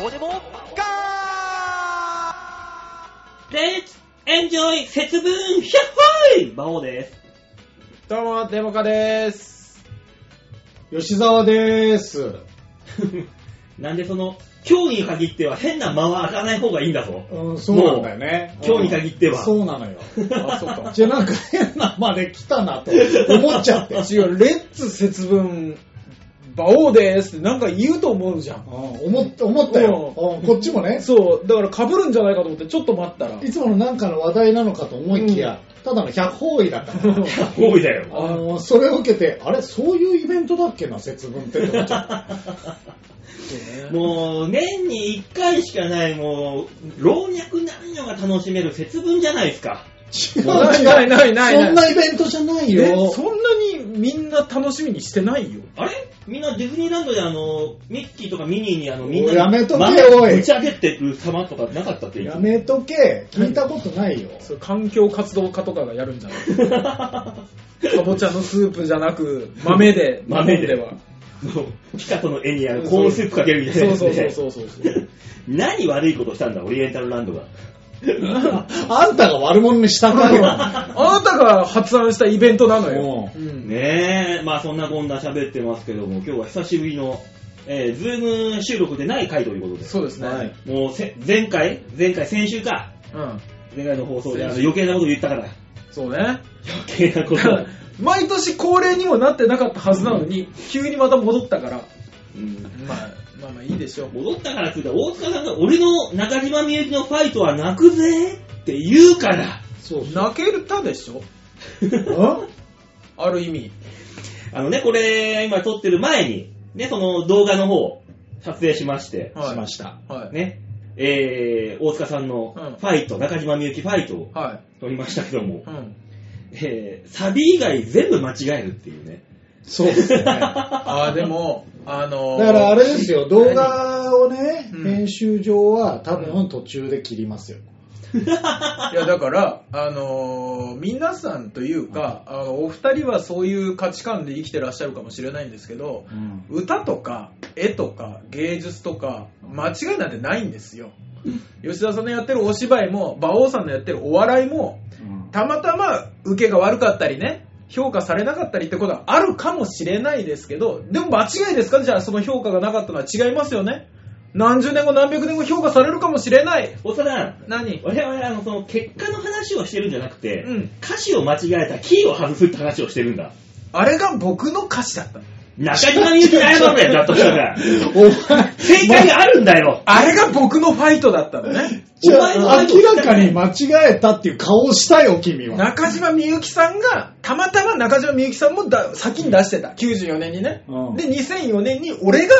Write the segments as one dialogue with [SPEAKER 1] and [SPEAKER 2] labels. [SPEAKER 1] どうでもガー
[SPEAKER 2] Let's enjoy 節分100杯魔王です。
[SPEAKER 3] どうも、デモカでーす。吉沢でーす。
[SPEAKER 2] なんでその、今日に限っては変な間は開かない方がいいんだぞ。
[SPEAKER 3] うん、そうなんだよね。
[SPEAKER 2] もう今日に限っては
[SPEAKER 3] そうなのよ。
[SPEAKER 2] あそう か
[SPEAKER 3] じゃあなんか変なまで来たなと思っちゃって。
[SPEAKER 4] 違う、レッツ節分、馬王ですってなんか言うと思うじゃ
[SPEAKER 3] うん
[SPEAKER 4] ん。
[SPEAKER 3] 思っ思ったよ。うんこっちもね、
[SPEAKER 4] そう、だから被るんじゃないかと思ってちょっと待ったら。
[SPEAKER 3] いつものなんかの話題なのかと思いきや、ただの百方位だから。
[SPEAKER 2] 多いだよ。
[SPEAKER 3] あのそれを受けて、あれ、そういうイベントだっけな、節分ってって思っちゃった。
[SPEAKER 2] もう、年に1回しかない、もう、老若男女が楽しめる節分じゃないですか。
[SPEAKER 3] 違う違う。
[SPEAKER 4] ないないないないない
[SPEAKER 3] そんなイベントじゃない
[SPEAKER 4] え
[SPEAKER 3] よ。
[SPEAKER 4] そんなにみんな楽しみにしてないよ。
[SPEAKER 2] あれみんなディズニーランドであの、ミッキーとかミニーにあの、みんな
[SPEAKER 3] やめとけ
[SPEAKER 2] 豆
[SPEAKER 3] おい
[SPEAKER 2] ぶち上げてる様とかなかったって
[SPEAKER 3] やめとけ。聞いたことないよ。
[SPEAKER 4] そう環境活動家とかがやるんじゃない かぼちゃのスープじゃなく、豆で、
[SPEAKER 2] 豆で
[SPEAKER 4] 日本 は。
[SPEAKER 2] もうピカソの絵にあるコーンスープかけるみたいな
[SPEAKER 4] そ
[SPEAKER 2] や
[SPEAKER 4] う
[SPEAKER 2] つ
[SPEAKER 4] そう
[SPEAKER 2] で
[SPEAKER 4] そうそうそうそう。
[SPEAKER 2] 何悪いことしたんだ、オリエンタルランドが。
[SPEAKER 3] あんたが悪者にしたんだよ。
[SPEAKER 4] あなたが発案したイベントなのよ。
[SPEAKER 3] う
[SPEAKER 4] うん
[SPEAKER 2] ねえ、まあそんなこんな喋ってますけども、今日は久しぶりの、えー、ズーム収録でない回ということで、
[SPEAKER 4] そうですね。
[SPEAKER 3] はい
[SPEAKER 2] もうせ前回、前回、先週か、
[SPEAKER 4] うん。
[SPEAKER 2] 前回の放送であの
[SPEAKER 4] 先週
[SPEAKER 2] 余計なこと言ったから、
[SPEAKER 4] そうね。
[SPEAKER 2] 余計なことを、
[SPEAKER 4] 毎年恒例にもなってなかったはずなのに、急にまた戻ったから、
[SPEAKER 2] うん
[SPEAKER 4] まあ、まあまあいいでしょう。
[SPEAKER 2] 戻ったからっていうか、大塚さんが俺の中島みゆきのファイトは泣くぜって言うから、
[SPEAKER 3] そうそう。
[SPEAKER 4] 泣けるたでしょある意味。
[SPEAKER 2] あのね、これ、今撮ってる前に、ね、その動画の方を撮影しまして、
[SPEAKER 4] はい
[SPEAKER 3] しました。
[SPEAKER 4] はい。
[SPEAKER 2] ね、えー、大塚さんの
[SPEAKER 4] うん
[SPEAKER 2] ファイト、中島みゆきファイトを
[SPEAKER 4] は
[SPEAKER 2] 撮りましたけども
[SPEAKER 4] い。、うん。
[SPEAKER 2] えー、サビ以外全部間違えるっていうね。
[SPEAKER 3] そうです ね。だか
[SPEAKER 4] ああ、でも、あのー
[SPEAKER 3] らあれですよ、動画をね、
[SPEAKER 4] うん
[SPEAKER 3] 編集上は多分途中で切りますよ。
[SPEAKER 4] いやだから、あのー皆さんというか、あのお二人はそういう価値観で生きてらっしゃるかもしれないんですけど、歌とか絵とか芸術とか間違いなんてないんですよ吉田さんのやってるお芝居も馬王さんのやってるお笑いもたまたま受けが悪かったりね評価されなかったりってことはあるかもしれないですけどでも間違いですかじゃあその評価がなかったのは違いますよね何十年後何百年後評価されるかもしれない
[SPEAKER 2] 大塚さん、
[SPEAKER 4] 何
[SPEAKER 2] 我々あのその結果の話をしてるんじゃなくて、
[SPEAKER 4] うん
[SPEAKER 2] 歌詞を間違えたキーを外すって話をしてるんだ。
[SPEAKER 4] あれが僕の歌詞だったの
[SPEAKER 2] 中島みゆき謝る やつだとしたら、
[SPEAKER 3] お前、
[SPEAKER 2] 正解があるんだよ。
[SPEAKER 4] あれが僕のファイトだったのね
[SPEAKER 3] じゃ
[SPEAKER 2] お前の
[SPEAKER 3] あ明らかに間違えたっていう顔をしたよ、君は。
[SPEAKER 4] 中島みゆきさんが、たまたま中島みゆきさんもだ先に出してた。94年にね。
[SPEAKER 3] うん
[SPEAKER 4] で、2004年に俺が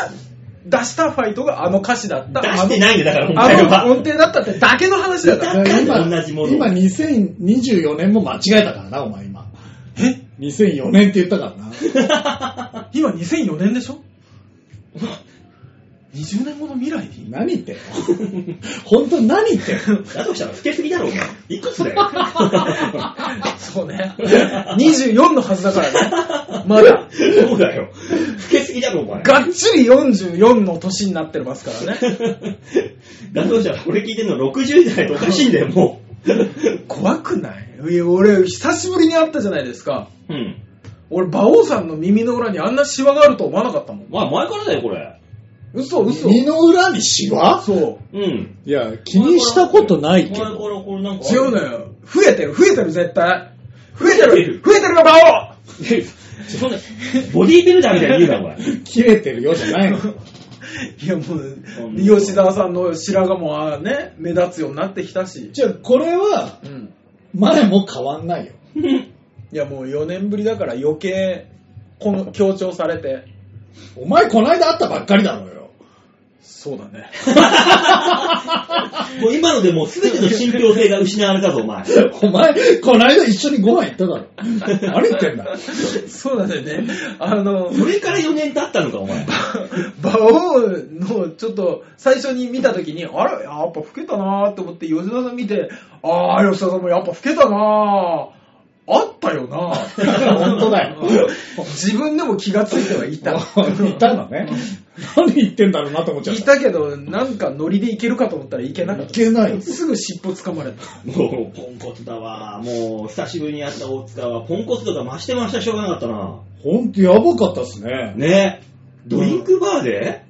[SPEAKER 4] 出したファイトがあの歌詞だった。
[SPEAKER 2] 出してないんだよだから、
[SPEAKER 4] あ
[SPEAKER 2] 本
[SPEAKER 4] の
[SPEAKER 2] 当
[SPEAKER 4] あの
[SPEAKER 2] は。
[SPEAKER 4] 音程だったってだけの話だから。
[SPEAKER 2] だから
[SPEAKER 3] 今、
[SPEAKER 2] 同じもの
[SPEAKER 3] 今2024年も間違えたからな、お前今。
[SPEAKER 4] え
[SPEAKER 3] ?2004 年って言ったからな。
[SPEAKER 4] 今2004年でしょ ?20 年後の未来に
[SPEAKER 3] 何言ってんの 本当に何言ってんの
[SPEAKER 2] だとしたら老けすぎだろ、お前。いく つだよ。
[SPEAKER 4] そうね。24のはずだからね。まだ。
[SPEAKER 2] そうだよ。老けすぎだろ、お前。
[SPEAKER 4] がっちり44の年になってますからね。
[SPEAKER 2] だとしたら、これ聞いてんの60代とおかしいんだよ、もう。
[SPEAKER 4] 怖くないいや、俺、久しぶりに会ったじゃないですか。
[SPEAKER 2] うん。
[SPEAKER 4] 俺、馬王さんの耳の裏にあんなシワがあると思わなかったもん。
[SPEAKER 2] まあ、前からだよ、これ。
[SPEAKER 4] 嘘、嘘。
[SPEAKER 3] 二の裏にシワ
[SPEAKER 4] そう。
[SPEAKER 2] うん。
[SPEAKER 3] いや、気にしたことないけ
[SPEAKER 2] 前から
[SPEAKER 3] ど。
[SPEAKER 2] これなんか。
[SPEAKER 4] 違うのよ。増えてる、増えてる、絶対。増えて
[SPEAKER 2] 増えてる
[SPEAKER 4] る、増えてるの、馬王
[SPEAKER 2] でそんな、ボディービルダーみたいに言うな、お前。
[SPEAKER 3] 切れてるよじゃないの。
[SPEAKER 4] いや、もう
[SPEAKER 2] うん、
[SPEAKER 4] 吉沢さんの白髪もあーね、目立つようになってきたし。
[SPEAKER 3] じゃあ、これは、
[SPEAKER 4] うん。
[SPEAKER 3] 前も変わんないよ。
[SPEAKER 4] いや、もう4年ぶりだから余計、この、強調されて。
[SPEAKER 3] お前、こないだ会ったばっかりだろうよ。
[SPEAKER 4] そうだね。
[SPEAKER 2] もう 今のでもう全ての信憑性が失われたぞ、お前。
[SPEAKER 3] お前、こないだ一緒にご飯行っただろ。何言ってんだ。
[SPEAKER 4] そうだね。あの、
[SPEAKER 2] それから4年経ったのか、お前。
[SPEAKER 4] 馬王のちょっと最初に見た時にあれやっぱ老けたなーって思って吉田さん見てああ吉田さんもやっぱ老けたなーあったよなー
[SPEAKER 3] 本当だよ。
[SPEAKER 4] 自分でも気がついてはいた
[SPEAKER 3] いたのね。何言ってんだろうなと思っちゃっ
[SPEAKER 4] い
[SPEAKER 3] た。
[SPEAKER 4] たけど、なんかノリでいけるかと思ったらいけなかっ
[SPEAKER 3] い
[SPEAKER 4] た。
[SPEAKER 3] けないです。
[SPEAKER 4] すぐ尻尾つかまれた。
[SPEAKER 2] もう、ポンコツだわ。もう、久しぶりに会った大塚は、ポンコツ度が増してましたしょうがなかったな。
[SPEAKER 3] ほんとやばかったで すね。
[SPEAKER 2] ねドリンクバーで、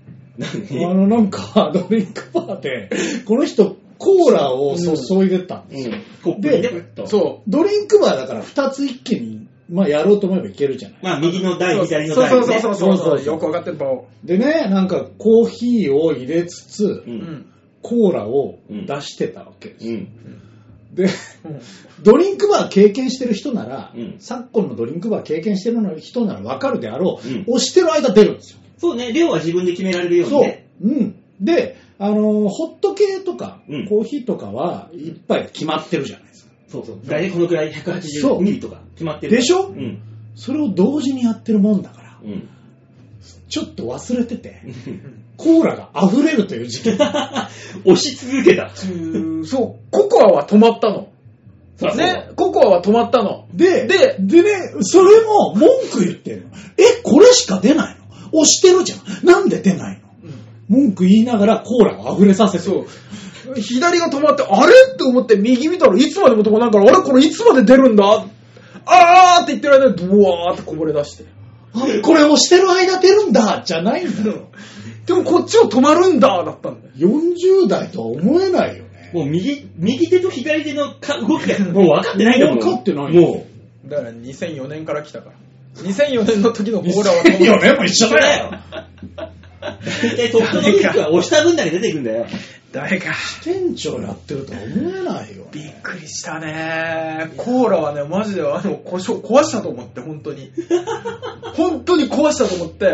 [SPEAKER 3] あ
[SPEAKER 2] 何
[SPEAKER 3] の、なんか、ドリンクバーで、この人、コーラを注いでたんです
[SPEAKER 2] う
[SPEAKER 3] よ。
[SPEAKER 2] ん。コップにね、グッと。
[SPEAKER 4] そ
[SPEAKER 3] ドリンクバーだから2つ一気に、まあ、やろうと思えばいけるじゃない。
[SPEAKER 2] まあ、右の
[SPEAKER 4] う。
[SPEAKER 2] 台、左の
[SPEAKER 4] そう
[SPEAKER 2] 台、ね。
[SPEAKER 4] そうそうそうそう
[SPEAKER 3] そうそうそう
[SPEAKER 4] よくわかってる棒。
[SPEAKER 3] でね、なんか、コーヒーを入れつつ
[SPEAKER 2] う、。
[SPEAKER 4] うんん。
[SPEAKER 3] コーラを出してたわけです。
[SPEAKER 2] うん。
[SPEAKER 3] で、ドリンクバー経験してる人なら、
[SPEAKER 2] うん
[SPEAKER 3] 昨今のドリンクバー経験してる人ならわかるであろう、
[SPEAKER 2] うん
[SPEAKER 3] 押してる間出るんですよ。
[SPEAKER 2] そうね、量は自分で決められるように
[SPEAKER 3] そう
[SPEAKER 2] ね。。
[SPEAKER 3] うん。で、あのーホット系とか、
[SPEAKER 2] うん
[SPEAKER 3] コーヒーとかは、一杯決まってるじゃないですか。
[SPEAKER 2] そうそう。大体このくらい
[SPEAKER 3] そう
[SPEAKER 2] 180ミリとか決まってる。
[SPEAKER 3] でしょ
[SPEAKER 2] うん。
[SPEAKER 3] それを同時にやってるもんだから、
[SPEAKER 2] うん。
[SPEAKER 3] ちょっと忘れてて、コーラが溢れるという時期。
[SPEAKER 2] 押し続けた。
[SPEAKER 4] うんそう、ココアは止まったの。
[SPEAKER 2] そらそうだ
[SPEAKER 4] ね、ココアは止まったの。
[SPEAKER 3] で、
[SPEAKER 4] で
[SPEAKER 3] でね、それも文句言ってるの。え、これしか出ないの押してるじゃん。なんで出ないの文句言いながらコーラを溢れさせてる。
[SPEAKER 4] そう。左が止まって、あれって思って右見たらいつまでも止まらないから、あれこれいつまで出るんだあーって言ってる間にドワーってこぼれ出して。
[SPEAKER 3] あ これ押してる間出るんだじゃないんだよ。
[SPEAKER 4] でもこっちを止まるんだだったんだよ。
[SPEAKER 3] 40代とは思えないよね。
[SPEAKER 2] もう右、右手と左手のか動きが、もう分かってないんだもん。
[SPEAKER 3] 分かってない
[SPEAKER 2] も
[SPEAKER 4] だから2004年から来たから。2004年の時のコーラは止
[SPEAKER 3] 2004
[SPEAKER 4] まる。
[SPEAKER 3] 年も一緒
[SPEAKER 2] う、だ
[SPEAKER 3] だ
[SPEAKER 2] よ
[SPEAKER 3] よ。。
[SPEAKER 2] 大体トップのリンクは押した分だけ出てくんだよ。
[SPEAKER 4] 誰か。
[SPEAKER 3] 店長やってるとは思えないよね。
[SPEAKER 4] びっくりしたねコーラはねマジであの故障壊したと思って本当に 本当に壊したと思って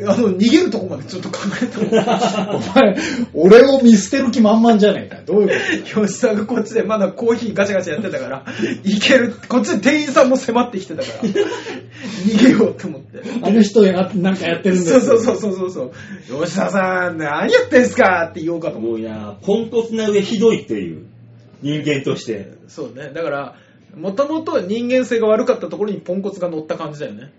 [SPEAKER 4] あの逃げるとこまでちょっと考えたもん
[SPEAKER 3] お 前、俺を見捨てる気満々じゃねえかよ。どういうことだよ
[SPEAKER 4] 吉さんがこっちでまだコーヒーガチャガチャやってたからいけるこっちで店員さんも迫ってきてたから逃げようと思って
[SPEAKER 3] あの人や、なんかやってるんです
[SPEAKER 4] そう
[SPEAKER 3] よ
[SPEAKER 4] そうそうそうそう吉田さん何やってんすかって言おうかと思って
[SPEAKER 2] もういな、ポンコツな上ひどいっていう、人間として。
[SPEAKER 4] そうねだからもともと人間性が悪かったところにポンコツが乗った感じだよね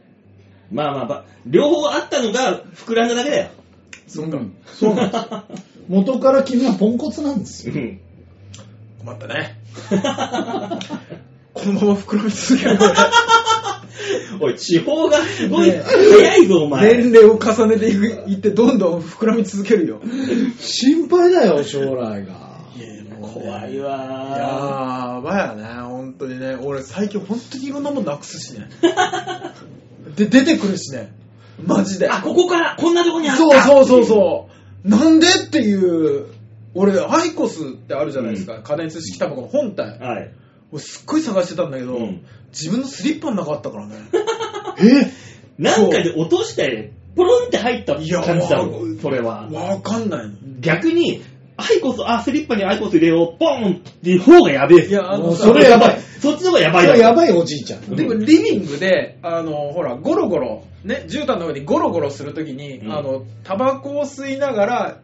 [SPEAKER 2] まあまあまあ、両方あったのが膨らんだだけだよ。
[SPEAKER 4] そうか、
[SPEAKER 3] うんそうなんですよ元から君はポンコツなんですよ。
[SPEAKER 2] うん。
[SPEAKER 4] 困ったね このまま膨らみ続け るか
[SPEAKER 2] おい、地方がすごい
[SPEAKER 4] ねえ
[SPEAKER 2] 早いぞ、お
[SPEAKER 4] ら
[SPEAKER 2] 前。
[SPEAKER 4] 年齢を重ねていくいってどんどん膨らみ続けるよ
[SPEAKER 3] 心配だよ、将来が。
[SPEAKER 2] 怖い
[SPEAKER 4] や
[SPEAKER 2] わ
[SPEAKER 4] ーばいよね本当にね俺最近本当にいろんなもんなくすしね で出てくるしねマジで
[SPEAKER 2] ー。あ、ここから、こんなとこにあった。
[SPEAKER 4] そうそうそうそうなんでっていう俺アイコスってあるじゃないですか、加熱式タバコの本体、
[SPEAKER 2] はい。
[SPEAKER 4] 俺すっごい探してたんだけど、
[SPEAKER 2] うん
[SPEAKER 4] 自分のスリッパの中あっ たからね
[SPEAKER 3] え
[SPEAKER 2] なんかで落として、ポロンって入った感
[SPEAKER 4] い
[SPEAKER 2] じ
[SPEAKER 4] や
[SPEAKER 2] だも
[SPEAKER 4] わ
[SPEAKER 2] ん、それは。
[SPEAKER 4] わかんないの
[SPEAKER 2] 逆に、アイコス、あ、スリッパにアイコス入れよう、ポンっていう方がやべえ。
[SPEAKER 4] いやあの
[SPEAKER 3] もう
[SPEAKER 4] さ
[SPEAKER 3] それやばい。
[SPEAKER 2] そっちの方がやば
[SPEAKER 3] そ
[SPEAKER 2] いだろ
[SPEAKER 3] れやばいおじいちゃん。
[SPEAKER 4] でもリビングであのほらゴロゴロね絨毯の上にゴロゴロするときに、
[SPEAKER 2] うん
[SPEAKER 4] あのタバコを吸いながら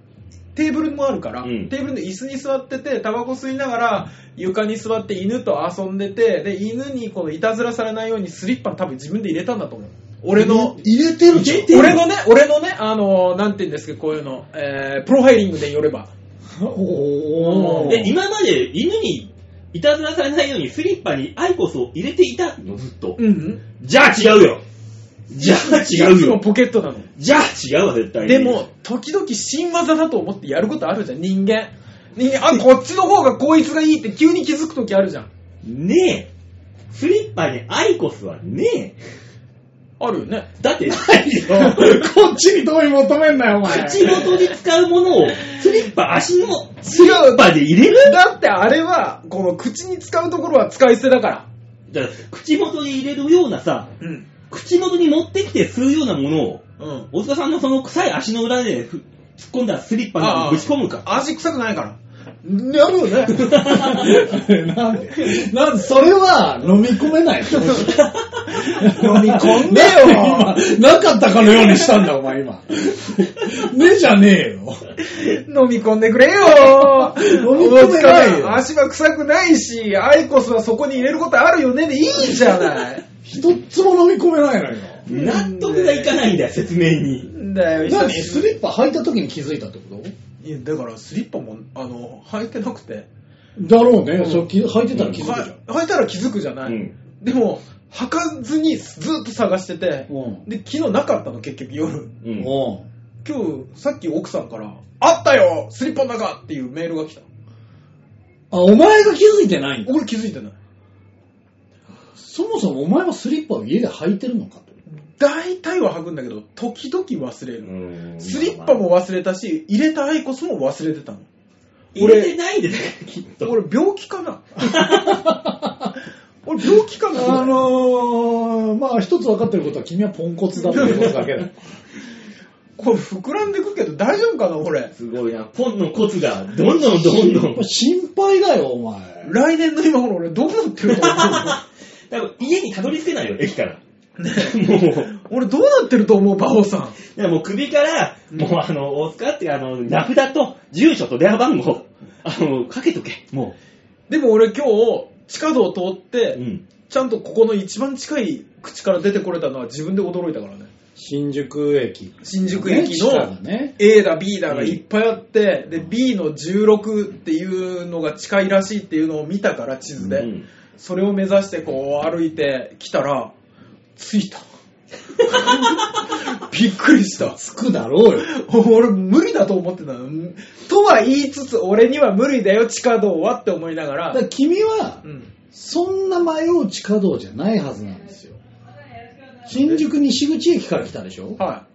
[SPEAKER 4] テーブルもあるから、
[SPEAKER 2] うん
[SPEAKER 4] テーブルの椅子に座っててタバコ吸いながら床に座って犬と遊んでてで犬にこのいたずらされないようにスリッパ多分自分で入れたんだと思う俺の
[SPEAKER 3] 入れてるじゃん。
[SPEAKER 4] 俺のね俺のねあのなんて言うんですかこういうの、えープロファイリングでよれば
[SPEAKER 3] おー
[SPEAKER 2] で、今まで犬にいたずらされないようにスリッパにアイコスを入れていたの、ずっと。
[SPEAKER 4] うんうん
[SPEAKER 2] じゃあ違うよじゃあ違
[SPEAKER 4] いうつも
[SPEAKER 2] よ
[SPEAKER 4] ポケットなの。
[SPEAKER 2] じゃあ違うわ、絶対に。
[SPEAKER 4] でも、、時々新技だと思ってやることあるじゃん、人間。人間、 あ、こっちの方がこいつがいいって急に気づく時あるじゃん。
[SPEAKER 2] ねえ。スリッパにアイコスはねえ。
[SPEAKER 4] あるよね。
[SPEAKER 2] だって、
[SPEAKER 3] こっちに同意求めんなよ、お前。
[SPEAKER 2] 口元で使うものを、スリッパ、足のスリッパで入れる
[SPEAKER 4] だってあれは、この口に使うところは使い捨てだから。
[SPEAKER 2] だから口元に入れるようなさ、
[SPEAKER 4] うん。
[SPEAKER 2] 口元に持ってきて吸うようなものを、
[SPEAKER 4] うん。
[SPEAKER 2] 大塚さんのその臭い足の裏でふ突っ込んだスリッパにぶち込むか。
[SPEAKER 4] 味臭くないから。
[SPEAKER 3] やるよね。 なんでなんでそれは飲み込めない。飲
[SPEAKER 4] 飲み込んでよ
[SPEAKER 3] 今、なかったかのようにしたんだ、お前今。ねじゃねえよ。
[SPEAKER 4] 飲み込んでくれよ
[SPEAKER 3] 飲み込めないよ
[SPEAKER 4] 大塚は足は臭くないし、アイコスはそこに入れることあるよねでいいじゃ ない。
[SPEAKER 3] 一つも飲み込めないのよ。
[SPEAKER 2] 納得がいかないんだよ、説明に。
[SPEAKER 4] だよ、
[SPEAKER 1] 何
[SPEAKER 4] 久し
[SPEAKER 1] ス
[SPEAKER 4] ぶり
[SPEAKER 1] リッパ履いた時に気づいたってこと
[SPEAKER 4] いや、だからスリッパも、あの、履いてなくて。
[SPEAKER 3] だろうね。そうき履いてたら気づくじゃん
[SPEAKER 4] は。履いたら気づくじゃない。
[SPEAKER 2] うん
[SPEAKER 4] でも、履かずにずっと探してて、
[SPEAKER 3] うん
[SPEAKER 4] で、昨日なかったの、結局夜。
[SPEAKER 2] うん。
[SPEAKER 3] おう
[SPEAKER 4] 今日、さっき奥さんから、あったよスリッパの中っていうメールが来た。
[SPEAKER 3] あ、お前が気づいてないんだ。
[SPEAKER 4] 俺気づいてない。
[SPEAKER 1] そもそもお前はスリッパを家で履いてるのかと。
[SPEAKER 4] 大体は履くんだけど、時々忘れる。
[SPEAKER 2] うん
[SPEAKER 4] スリッパも忘れたし、入れたアイコスも忘れてたの。
[SPEAKER 2] 入れてないでだからきっと。
[SPEAKER 4] 俺、病気 かな俺、病気かな
[SPEAKER 3] あのー、まあ一つ分かってることは君はポンコツだっていうことだけだ。
[SPEAKER 4] これ、膨らんでくけど大丈夫かな、俺。
[SPEAKER 2] すごいな。ポンのコツが、どんどんどんどん。
[SPEAKER 3] 心配だよ、お前。
[SPEAKER 4] 来年の今頃、俺、どうなってると思
[SPEAKER 2] 多分家にたどり着けないよ、駅 から。
[SPEAKER 4] うねえ
[SPEAKER 2] もう、
[SPEAKER 4] 俺、どうなってると思う、馬王さん。
[SPEAKER 2] いやもう首から、もうあの、大塚っていうあの、名札と、住所と電話番号、あの、かけとけ、も
[SPEAKER 4] でも俺今日、地下道を通って、
[SPEAKER 2] う。うん。
[SPEAKER 4] ちゃんとここの一番近い口から出てこれたのは自分で驚いたからね。
[SPEAKER 3] 新宿駅。
[SPEAKER 4] 新宿駅の
[SPEAKER 3] ね地下がね
[SPEAKER 4] A だ B だがいっぱいあって、で、B の16っていうのが近いらしいっていうのを見たから、地図で。
[SPEAKER 2] うん
[SPEAKER 4] それを目指してこう歩いてきたら、着いた。 びっくりした。
[SPEAKER 3] 着くだろうよ。
[SPEAKER 4] 俺無理だと思ってたの。とは言いつつ、俺には無理だよ、地下道はって思いな
[SPEAKER 3] だ
[SPEAKER 4] がら。
[SPEAKER 3] から君は
[SPEAKER 4] う、ん。
[SPEAKER 3] そんな迷う地下道じゃないはずなんですよ。新宿西口駅から来たでしょ
[SPEAKER 4] は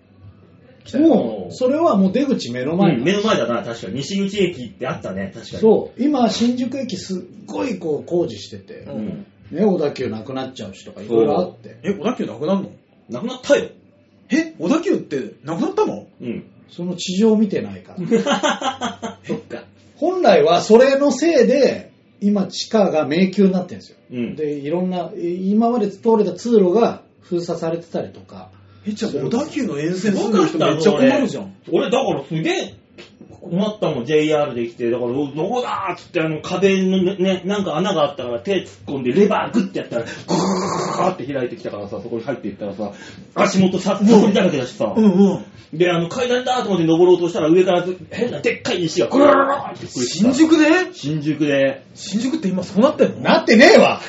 [SPEAKER 3] もう、それはもう出口目の前、
[SPEAKER 2] うん目の前だな、確かに。西口駅ってあったね、確かに。
[SPEAKER 3] そう、今新宿駅すっごいこう工事してて、
[SPEAKER 4] う
[SPEAKER 2] う。ん。
[SPEAKER 3] ね、小田急なくなっちゃうしとかいろいろあって、
[SPEAKER 4] え、小田急なくなるの
[SPEAKER 2] なくなったよ。
[SPEAKER 4] え、小田急ってなくなったの
[SPEAKER 2] うん。
[SPEAKER 3] その地上見てないから。
[SPEAKER 2] そっか。
[SPEAKER 3] 本来はそれのせいで、今地下が迷宮になってるんですよ。
[SPEAKER 2] うん。
[SPEAKER 3] で、いろんな、い今まで通れた通路が封鎖されてたりとか、
[SPEAKER 4] え、じゃあ
[SPEAKER 3] それ
[SPEAKER 4] 小田急の沿線住
[SPEAKER 2] す
[SPEAKER 4] ん
[SPEAKER 2] ごか
[SPEAKER 4] でる
[SPEAKER 2] っ
[SPEAKER 4] 人
[SPEAKER 2] た
[SPEAKER 4] め
[SPEAKER 2] の
[SPEAKER 4] っちゃ困るじゃん。
[SPEAKER 2] 俺、俺だからすげえ困ったもん、JR で来て。だから、どこだーっつって、あの、壁のねね、なんか穴があったから手突っ込んで、レバーグッてやったら、グーって開いてきたからさ、そこに入っていったらさ、足元さ、そりだらけだしさ。
[SPEAKER 4] んうん。
[SPEAKER 2] で、あの、階段だーと思って登ろうとしたら、上からず変なでっかい石が、グーって来るしさ
[SPEAKER 4] 新宿で
[SPEAKER 2] 新宿で。
[SPEAKER 4] 新宿って今そうなってんの
[SPEAKER 3] なってねえわ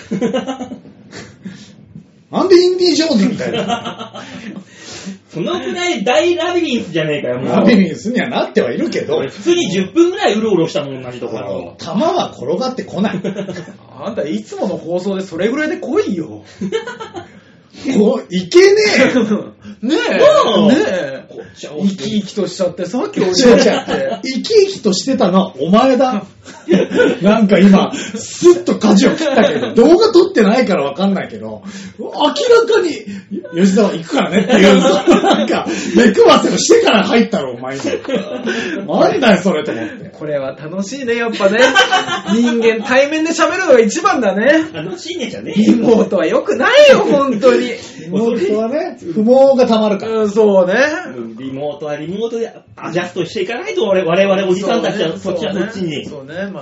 [SPEAKER 3] なんでインディ・ジョーンズみたいな。
[SPEAKER 2] そのくらい大ラビリンスじゃねえかよ、もう。
[SPEAKER 3] ラビリンスにはなってはいるけど
[SPEAKER 2] 俺、普通に10分ぐらいうろうろしたもん、同じところを。
[SPEAKER 3] 弾は転がって こない。
[SPEAKER 4] あんたいつもの放送でそれぐらいで来いよ。
[SPEAKER 3] こう、いけねえよ
[SPEAKER 4] ねえ。
[SPEAKER 2] どう
[SPEAKER 4] ねえ。
[SPEAKER 2] こっちは
[SPEAKER 4] 生き生きとしちゃって、さっき俺
[SPEAKER 3] 違う違う
[SPEAKER 4] だって。
[SPEAKER 3] 生き生きとしてたのはお前だ。なんか今、スッと舵を切ったけど、動画撮ってないからわかんないけど、明らかに、吉沢行くからねっていう、なんか、目くばせをしてから入ったろ、お前に。なんだよ、それと思って。
[SPEAKER 4] これは楽しいね、やっぱ ね。人間対面で喋るのが一番だね。
[SPEAKER 2] 楽しいねじゃねえ
[SPEAKER 4] リ
[SPEAKER 2] よ。
[SPEAKER 4] モートは良くないよ、本当に。
[SPEAKER 3] 本当はね、不毛がたまるから。
[SPEAKER 4] うん、そうね。
[SPEAKER 2] リモートはリモートでアジャストしていかないと、俺我々おじさんたちはそっちはそっちに。
[SPEAKER 4] そうね、まあ。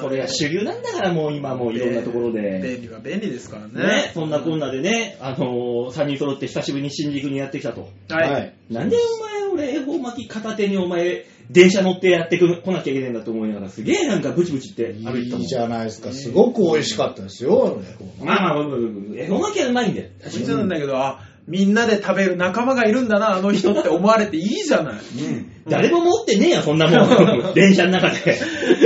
[SPEAKER 2] それが主流なんだから、もう今もういろんなところで。
[SPEAKER 4] 便利は便利ですからね。
[SPEAKER 2] ね、そんなこんなでね、あのー、3人揃って久しぶりに新宿にやってきたと。
[SPEAKER 4] はい。
[SPEAKER 2] なんでお前、俺、恵方巻き片手にお前、電車乗ってやってこなきゃいけないんだと思いながら、すげえなんかブチブチって歩いてたもん
[SPEAKER 3] いい。じゃないですか。すごく美味しかったですよ。
[SPEAKER 2] まあまあまあまあまあ、恵方巻きはうまいんだよ。
[SPEAKER 4] 初めてなんだけど、あ、みんなで食べる仲間がいるんだな、あの人って思われていいじゃない。
[SPEAKER 2] 誰も持ってねえよ、そんなもん。電車の中で。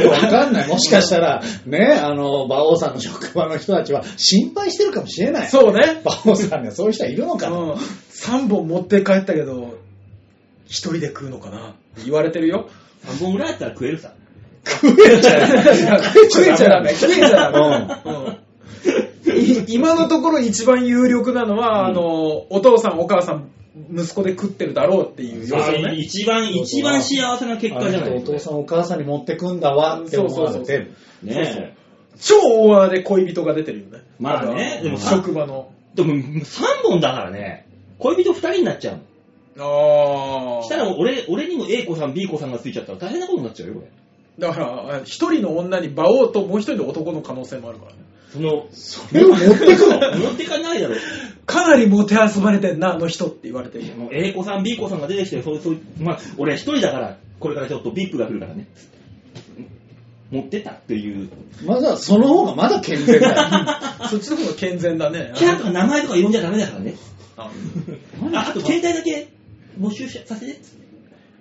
[SPEAKER 3] わかんない。もしかしたら、ね、あの、馬王さんの職場の人たちは心配してるかもしれない。
[SPEAKER 4] そうね。
[SPEAKER 3] 馬王さんにはそういう人はいるの
[SPEAKER 4] う
[SPEAKER 3] か
[SPEAKER 4] ん
[SPEAKER 3] と。。
[SPEAKER 4] 3本持って帰ったけど、一人で食うのかな言われてるよ。
[SPEAKER 2] 3本ぐらいあったら食えるさ。
[SPEAKER 3] 食えちゃう。
[SPEAKER 4] 食えちゃダメ、食えちゃダメ。
[SPEAKER 3] う
[SPEAKER 4] うんい今のところ一番有力なのは、あの、お父さんお母さん、息子で食ってるだろうっていう予想
[SPEAKER 2] あ
[SPEAKER 4] ね。
[SPEAKER 2] 一番、一番幸せな結
[SPEAKER 3] あ
[SPEAKER 2] 果じゃな
[SPEAKER 3] の
[SPEAKER 2] い
[SPEAKER 3] 人お父さんお母さんに持ってくんだわって思われ
[SPEAKER 4] そうそう
[SPEAKER 3] て。
[SPEAKER 2] ねえ。
[SPEAKER 4] 超大穴で恋人が出てるよね。
[SPEAKER 2] まあねでも
[SPEAKER 4] 職場の。
[SPEAKER 2] でも、3本だからね、恋人2人になっちゃうの。
[SPEAKER 4] ああ。
[SPEAKER 2] したら俺、俺にも A 子さん、B 子さんがついちゃったら大変なことになっちゃうよ、これ。
[SPEAKER 4] だから、一人の女に馬王ともう一人の男の可能性もあるからね。
[SPEAKER 2] その、
[SPEAKER 3] それを持ってくの
[SPEAKER 2] 持ってかないだろ。
[SPEAKER 4] かなりもてあそばれてんな、あの人って言われ てる。
[SPEAKER 2] もう A 子さん、B 子さんが出てきて、そうそうまあ、俺一人だから、これからちょっと VIP が来るからね。持ってったっていう。
[SPEAKER 3] まだ、その方がまだ健全だよ。
[SPEAKER 4] そっちの方が健全だね。
[SPEAKER 2] キャラとか名前とか呼んじゃダメだからね。
[SPEAKER 4] あ
[SPEAKER 2] あ、あと携帯だけ募集しさせて。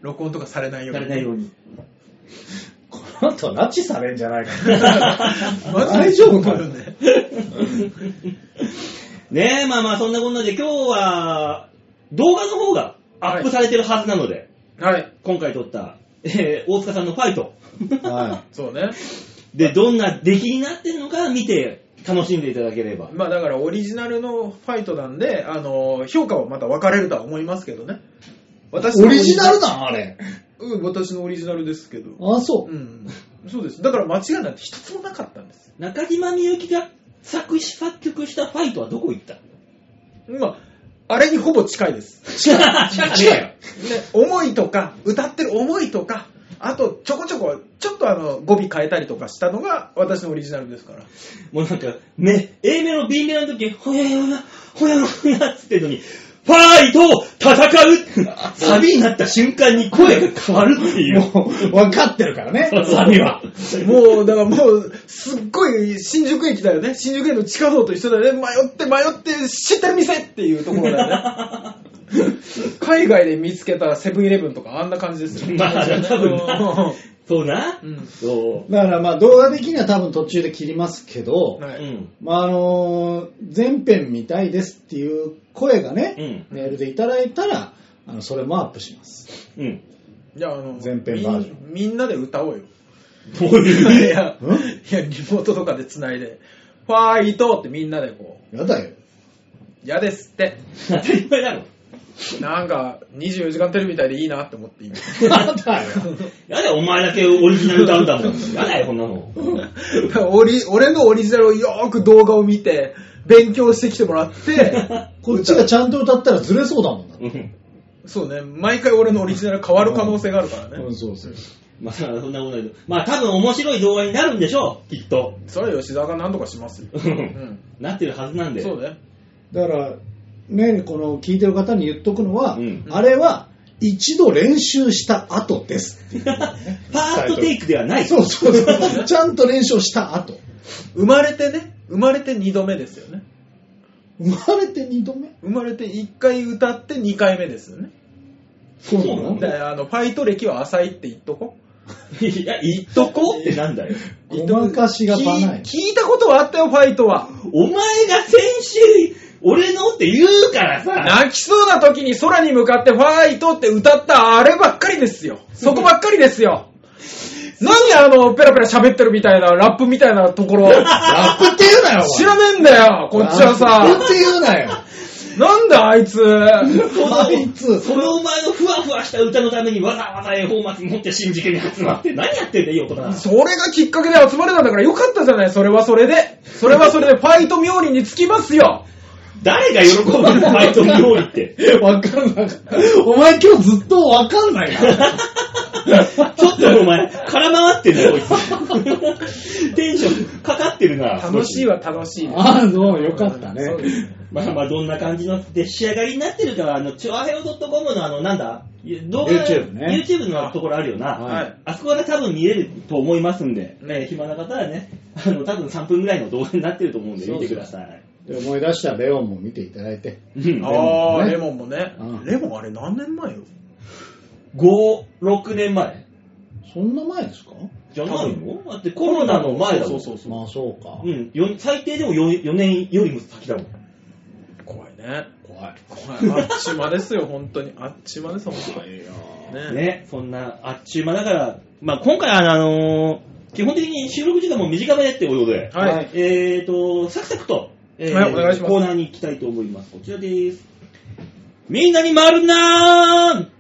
[SPEAKER 4] 録音とかされないよう
[SPEAKER 2] バ
[SPEAKER 4] に
[SPEAKER 2] レ。ないように。
[SPEAKER 3] この後、拉致されんじゃないかな。
[SPEAKER 4] マジで
[SPEAKER 3] 大丈夫か
[SPEAKER 4] 来るね
[SPEAKER 2] ねえ、まあまあそんなこんなで今日は動画の方がアップされてるはずなので、
[SPEAKER 4] はい。
[SPEAKER 2] 今回撮った、えー大塚さんのファイト。
[SPEAKER 3] は
[SPEAKER 4] そうね。
[SPEAKER 2] で、どんな出来になってるのか見て楽しんでいただければ。
[SPEAKER 4] まあだからオリジナルのファイトなんで、あの、評価はまた分かれるとは思いますけどね。私
[SPEAKER 3] い。オリジナル
[SPEAKER 4] だ
[SPEAKER 3] なんあれ。
[SPEAKER 4] うん、私のオリジナルですけど。
[SPEAKER 3] あ、そうう。
[SPEAKER 4] ん。そうです。だから間違いなんて一つもなかったんです。
[SPEAKER 2] 中島みゆきが作詞作曲したファイトはどこ行った
[SPEAKER 4] まあ、あれにほぼ近いです。
[SPEAKER 2] 近い
[SPEAKER 4] ね、思いとか、歌ってる思いとか、あと、ちょこちょこ、ちょっとあの、語尾変えたりとかしたのが、私のオリジナルですから。
[SPEAKER 2] もうなんか、ね、A メロ、B メロの時、ほややや、ほやほやっつってんのに、ファイト戦うサビになった瞬間に声が変わるっていう。
[SPEAKER 3] もう、分かってるからね。
[SPEAKER 2] サビは。
[SPEAKER 4] もう、だからもう、すっごい新宿駅だよね。新宿駅の地下道と一緒だよね。迷って迷って、知ってる店っていうところだ よね。海外で見つけたセブンイレブンとか、あんな感じですよ。
[SPEAKER 2] まあ、多分な。そうな。
[SPEAKER 4] うん
[SPEAKER 2] そ
[SPEAKER 3] だからまあ動画的には多分途中で切りますけど、
[SPEAKER 2] う。
[SPEAKER 4] は
[SPEAKER 2] う
[SPEAKER 4] い。
[SPEAKER 2] ん。
[SPEAKER 3] まああのー前編見たいですっていう声がね、メールでいただいたら、あのそれもアップします。
[SPEAKER 2] うん。
[SPEAKER 4] じゃあ、あの、
[SPEAKER 3] 前編バージョ
[SPEAKER 4] みんみんなで歌 おうよ。
[SPEAKER 2] どういう
[SPEAKER 4] いや、いや、リモートとかで繋いで、ファイトってみんなでこう、
[SPEAKER 3] やだよ。
[SPEAKER 4] 嫌ですって。
[SPEAKER 2] 当たり前だろ。
[SPEAKER 4] なんか、24時間テレビみたいでいいなって思って今。
[SPEAKER 3] やだよ。
[SPEAKER 2] やだよ、お前だけオリジナル歌うんだもん。やだよ、こんなの。
[SPEAKER 4] オリ俺のオリジナルをよーく動画を見て、勉強してきてもらって、
[SPEAKER 3] こっちがちゃんと歌ったらずれそうだもんな。
[SPEAKER 2] うん
[SPEAKER 4] そうね、毎回俺のオリジナル変わる可能性があるからね。
[SPEAKER 3] うん、そうそう。
[SPEAKER 2] まあ、そんなことないけど。まあ、多分面白い動画になるんでしょう、きっと。
[SPEAKER 4] それは吉沢が何とかしますよ。
[SPEAKER 2] う
[SPEAKER 4] うんん。
[SPEAKER 2] なってるはずなんで。
[SPEAKER 4] そうね。
[SPEAKER 3] だから、ね、この聞いてる方に言っとくのは、
[SPEAKER 2] うん
[SPEAKER 3] あれは一度練習した後です っていう。
[SPEAKER 2] ファーストテイクではない。
[SPEAKER 3] そうそうそう。ちゃんと練習した後。
[SPEAKER 4] 生まれてね、生まれて2度目ですよね。
[SPEAKER 3] 生まれて二度目
[SPEAKER 4] 生まれて1回歌って2回目ですよね。
[SPEAKER 3] そう
[SPEAKER 2] なの
[SPEAKER 3] なの
[SPEAKER 4] だからあの、ファイト歴は浅いって言っとこう。
[SPEAKER 2] いや、言っとこうってなんだよ。
[SPEAKER 3] ごまかしがばない
[SPEAKER 4] 聞。い聞いたことはあったよ、ファイトは。
[SPEAKER 2] お前が先週、俺のって言うからさ。
[SPEAKER 4] 泣きそうな時に空に向かってファイトって歌ったあればっかりですよ。そこばっかりで すよ。何あの、ペラペラ喋ってるみたいな、ラップみたいなところ。
[SPEAKER 3] ラップって言うなよ、お前
[SPEAKER 4] 知らねえんだよ、こっちは
[SPEAKER 3] ラ ップっ
[SPEAKER 4] さ。
[SPEAKER 3] て言うなよ。
[SPEAKER 4] なんだあいつ。
[SPEAKER 2] その
[SPEAKER 3] あいつ
[SPEAKER 2] そのお前のふわふわした歌のためにわざわざ恵方巻き持って新宿に集まって何やってんだいい男だな。
[SPEAKER 4] それがきっかけで集まれたんだからよかったじゃない、それはそれで。それはそれでファイト冥利につきますよ。
[SPEAKER 2] 誰が喜ぶのファイトの料理って。
[SPEAKER 3] わかんなかった。お前今日ずっとわかんないな。
[SPEAKER 2] ちょっとお前、空回ってんだよ、こいつ。テンションかかってるな。
[SPEAKER 4] 楽しいは楽しい。
[SPEAKER 3] ああ、そう、よかったね。
[SPEAKER 4] そうですね
[SPEAKER 2] まあまあ、どんな感じので仕上がりになってるかは、あの、チョアヘオ .com のあの、なんだ動画
[SPEAKER 3] YouTube ね
[SPEAKER 2] YouTube のところあるよな。
[SPEAKER 3] はい
[SPEAKER 2] あそこで多分見れると思いますんで、
[SPEAKER 4] ね
[SPEAKER 2] ね、暇な方はね、あの、多分3分ぐらいの動画になってると思うんで、
[SPEAKER 3] そう
[SPEAKER 2] 見
[SPEAKER 3] そう
[SPEAKER 2] てください。
[SPEAKER 3] で思い出したレオンも見ていただいて。
[SPEAKER 2] うん。
[SPEAKER 4] あー、レ
[SPEAKER 3] レ
[SPEAKER 4] モンもね
[SPEAKER 3] う。ん
[SPEAKER 4] レモンあれ何年前よ
[SPEAKER 2] 5、6年前
[SPEAKER 3] そんな前ですか
[SPEAKER 2] じゃないのだってコロナの前だもん。
[SPEAKER 4] そうそう。
[SPEAKER 3] まあそうか。
[SPEAKER 2] うん、よ最低でも 4, 4年よりも先だもん。
[SPEAKER 4] 怖いね。
[SPEAKER 3] 怖い。
[SPEAKER 4] 怖い。あっちまですよ、本当に。あっちまです、本当に。
[SPEAKER 3] いや
[SPEAKER 4] ね
[SPEAKER 2] ね、そんな、あっちゅう間だから、まあ、今回はあのー基本的に収録時間も短めでってことで、
[SPEAKER 4] はい。
[SPEAKER 3] はい
[SPEAKER 2] えーと、サクサクと、えー
[SPEAKER 4] はいお願いします
[SPEAKER 2] コーナーに行きたいと思います。こちらです。みんなに回るなーえっ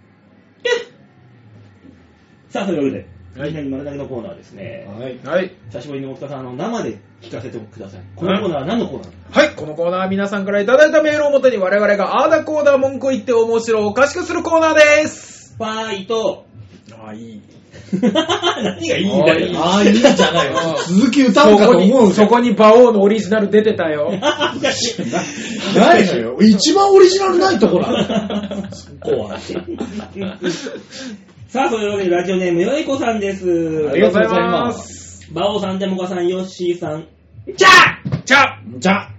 [SPEAKER 2] さあ、というわけで、みんなに丸投げのコーナーですね。
[SPEAKER 1] はい。
[SPEAKER 4] はい。
[SPEAKER 2] 久しぶりに大塚さん、あの、生で聞かせてください。このコーナーは何のコーナーなの
[SPEAKER 4] はい、このコーナーは皆さんからいただいたメールをもとに我々があーだこーだ文句を言って面白おかしくするコーナーです。
[SPEAKER 2] ファイト
[SPEAKER 4] ああ、いい。
[SPEAKER 2] 何がいいんだよ。
[SPEAKER 1] ああ、いいじゃないよ。続き歌うか
[SPEAKER 4] そ
[SPEAKER 1] と
[SPEAKER 4] こ
[SPEAKER 1] 思う
[SPEAKER 4] に、
[SPEAKER 1] よ。
[SPEAKER 4] そこに馬王のオリジナル出てた よ。
[SPEAKER 1] ないのよ。一番オリジナルないところある。そこは。
[SPEAKER 2] さあ、そういうわけでラジオネーム、よいこさんです。
[SPEAKER 1] ありがとうございます。
[SPEAKER 2] バオさん、デモカさん、ヨッシーさん。じゃあ
[SPEAKER 4] じゃあ、
[SPEAKER 1] じゃあ、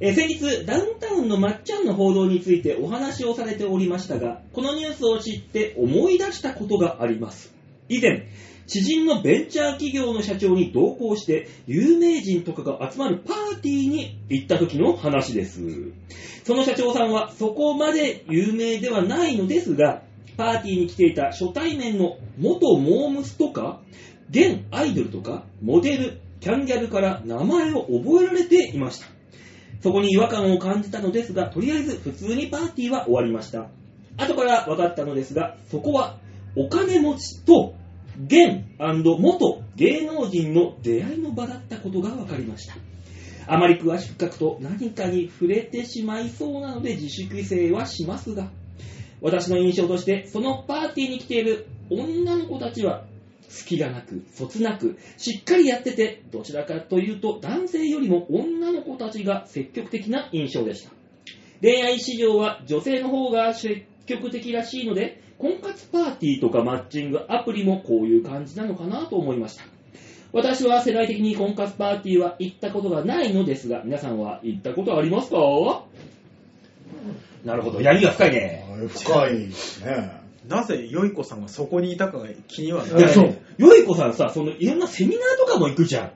[SPEAKER 2] えー先日、ダウンタウンのまっちゃんの報道についてお話をされておりましたが、このニュースを知って思い出したことがあります。以前、知人のベンチャー企業の社長に同行して、有名人とかが集まるパーティーに行った時の話です。その社長さんはそこまで有名ではないのですが、パーティーに来ていた初対面の元モームスとか、現アイドルとか、モデル、キャンギャルから名前を覚えられていました。そこに違和感を感じたのですが、とりあえず普通にパーティーは終わりました。後から分かったのですが、そこはお金持ちと現元芸能人の出会いの場だったことが分かりました。あまり詳しく書くと何かに触れてしまいそうなので自主規制はしますが、私の印象として、そのパーティーに来ている女の子たちは隙がなく、そつなく、しっかりやってて、どちらかというと男性よりも女の子たちが積極的な印象でした。恋愛市場は女性の方が積極的らしいので、婚活パーティーとかマッチングアプリもこういう感じなのかなと思いました。私は世代的に婚活パーティーは行ったことがないのですが、皆さんは行ったことありますかなるほど、闇が深いね。
[SPEAKER 1] 深いですね。
[SPEAKER 4] なぜよいこさんがそこにいたかが気にはな
[SPEAKER 1] え
[SPEAKER 4] る。
[SPEAKER 1] そう
[SPEAKER 2] よいこさんさ、そのいろんなセミナーとかも行くじゃ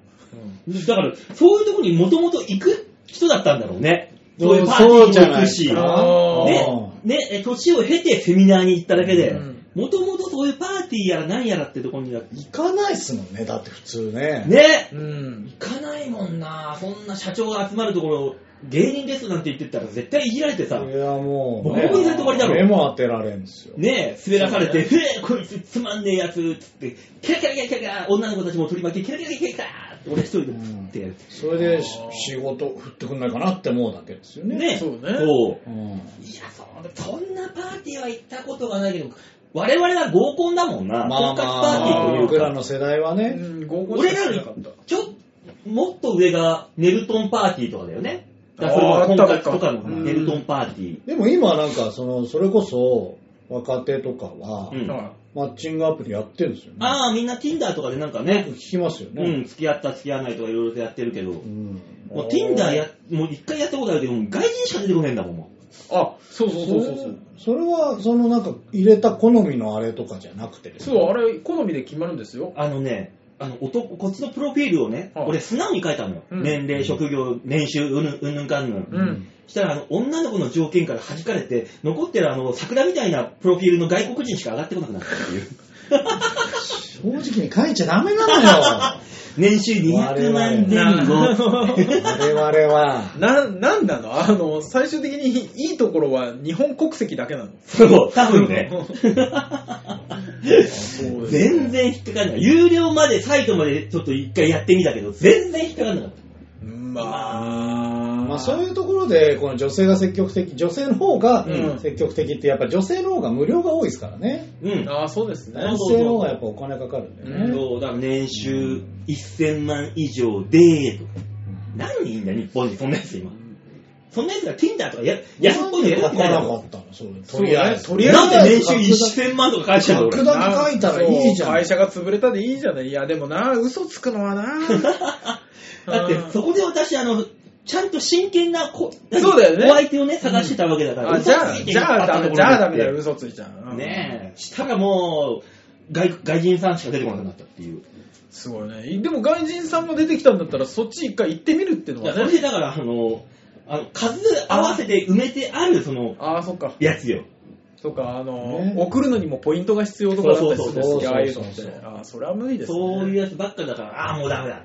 [SPEAKER 2] ん。だから、そういうところにもともと行く人だったんだろうね。そういうパーティーにも行くし、
[SPEAKER 1] そうじゃ
[SPEAKER 4] な
[SPEAKER 2] ね
[SPEAKER 4] い
[SPEAKER 1] あー
[SPEAKER 2] ね、え年を経てセミナーに行っただけで
[SPEAKER 4] うん、
[SPEAKER 2] もともとそういうパーティーやら何やらってところには、
[SPEAKER 1] 行かないっすもんね、だって普通ね。
[SPEAKER 2] ね、
[SPEAKER 4] うん。
[SPEAKER 2] 行かないもんなそんな社長が集まるところ、芸人ですなんて言ってったら絶対いじられてさ、
[SPEAKER 1] いや、もう、
[SPEAKER 2] ボコボコにされて終わりだろ
[SPEAKER 1] 目も当てられんですよ。
[SPEAKER 2] ねえ、滑らされて、へえ、こいつつまんねえやつ、つって、キラキラキラキラキラ、女の子たちも取り巻き、キラキラキラキラって俺一人でプッてやる。
[SPEAKER 1] それでし仕事振ってくんないかなって思うだけですよね。
[SPEAKER 2] ねえ、
[SPEAKER 4] そうね
[SPEAKER 2] そう
[SPEAKER 1] うん
[SPEAKER 2] いや、そうだそんなパーティーは行ったことがないけど、我々は合コンだもんな。
[SPEAKER 1] まあま
[SPEAKER 2] 婚活パーティー
[SPEAKER 1] あ、
[SPEAKER 2] という
[SPEAKER 1] 僕、
[SPEAKER 2] から
[SPEAKER 1] の世代は
[SPEAKER 4] う
[SPEAKER 1] ね、
[SPEAKER 4] ん、合コン
[SPEAKER 2] 俺
[SPEAKER 4] しかし
[SPEAKER 2] ら
[SPEAKER 4] なかった。
[SPEAKER 2] ちょっと、もっと上がネルトンパーティーとかだよね。だからそれ
[SPEAKER 4] あー
[SPEAKER 2] は婚
[SPEAKER 4] あっ
[SPEAKER 2] 活
[SPEAKER 4] たあ
[SPEAKER 2] と
[SPEAKER 4] った
[SPEAKER 2] かの
[SPEAKER 4] うん
[SPEAKER 2] ネルトンパーティー。
[SPEAKER 1] でも今なんか、その、それこそ、若手とかは
[SPEAKER 2] う、ん
[SPEAKER 4] はい
[SPEAKER 1] マッチングアプリやってるんですよね。
[SPEAKER 2] ああ、みんな Tinder とかでなんかね
[SPEAKER 1] 聞、きますよ
[SPEAKER 2] う
[SPEAKER 1] ね。
[SPEAKER 2] ん、付き合った付き合わないとかいろいろとやってるけど、
[SPEAKER 1] うん。
[SPEAKER 2] もう Tinder や、もう一回やったことあるけど、もう外人しか出てこないんだもん、も
[SPEAKER 4] あ、そうそう
[SPEAKER 1] そ
[SPEAKER 4] そう
[SPEAKER 1] れ
[SPEAKER 4] そうそう。
[SPEAKER 1] それは、そのなんか、入れた好みのあれとかじゃなくてですね
[SPEAKER 4] そう、あれ、好みで決まるんですよ
[SPEAKER 2] う。あのね、あの男、こっちのプロフィールをね、
[SPEAKER 4] はい
[SPEAKER 2] 俺素直に書いたのよ。
[SPEAKER 4] うん
[SPEAKER 2] 年齢、職業、年収、うんぬんうんぬんかんぬん。
[SPEAKER 4] うん。
[SPEAKER 2] したらあの女の子の条件から弾かれて残ってるあの桜みたいなプロフィールの外国人しか上がってこなくなったっていう
[SPEAKER 1] 正直に書いちゃダメなのよ。
[SPEAKER 2] 年収200万前後
[SPEAKER 1] 我々は。
[SPEAKER 4] な、なんなのあの、最終的にいいところは日本国籍だけなの。
[SPEAKER 2] そう多分ね
[SPEAKER 4] そう
[SPEAKER 2] 全然引っかかんない有料までサイトまでちょっと一回やってみたけど全然引っかかんなかった
[SPEAKER 4] まあ、
[SPEAKER 1] まあ、そういうところで、この女性が積極的、女性の方が
[SPEAKER 4] うん
[SPEAKER 1] 積極的って、やっぱ女性の方が無料が多いですからね。
[SPEAKER 2] うん
[SPEAKER 4] あーそうですね。
[SPEAKER 1] 男性の方がやっぱお金かかるんだよね。
[SPEAKER 2] そうだから年収1000万以上でとか何人いんだよ日本にそんなやつ今そんなやつが Tinder とかや安っぽいのや
[SPEAKER 1] 書
[SPEAKER 2] ら
[SPEAKER 1] か
[SPEAKER 2] ないだ
[SPEAKER 1] なか
[SPEAKER 2] ろ
[SPEAKER 1] ったの、それ。
[SPEAKER 4] そ
[SPEAKER 1] と
[SPEAKER 4] うね
[SPEAKER 1] りあえず。
[SPEAKER 4] とりあえず
[SPEAKER 2] なんで年収1000万とか返しちゃうの俺
[SPEAKER 1] 格段に書いたらいいじゃ。
[SPEAKER 4] そうん会社が潰れたでいいじゃない。いや、でもな、嘘つく のはな。
[SPEAKER 2] だって、そこで私、あの、ちゃんと真剣なこ、
[SPEAKER 4] そうだよね
[SPEAKER 2] お相手をね、探してたわけだから。
[SPEAKER 4] あじゃあ、
[SPEAKER 2] 嘘ついて
[SPEAKER 4] じゃあダメ、じゃあダメだよ、
[SPEAKER 2] よ。
[SPEAKER 4] 嘘ついちゃう。うん
[SPEAKER 2] ねえ。したらもう、外外人さんしか出てこなくなったっていう。
[SPEAKER 4] すごいね。でも外人さんも出てきたんだったら、そっち一回行ってみるっての
[SPEAKER 2] いや、
[SPEAKER 4] は
[SPEAKER 2] それ
[SPEAKER 4] ね。
[SPEAKER 2] でだから、あの、あの数合わせて埋めてある、その、
[SPEAKER 4] ああ、そっか。
[SPEAKER 2] やつよ。
[SPEAKER 4] そっか、あの、
[SPEAKER 1] ね
[SPEAKER 4] 送るのにもポイントが必要とかだったりするんです
[SPEAKER 1] そうそうそう
[SPEAKER 4] け
[SPEAKER 1] そう
[SPEAKER 4] ど、ああいうのっ
[SPEAKER 1] そうそう
[SPEAKER 4] て。ああ、それは無理ですね。
[SPEAKER 2] そういうやつばっかだから、ああー、もうダメだ。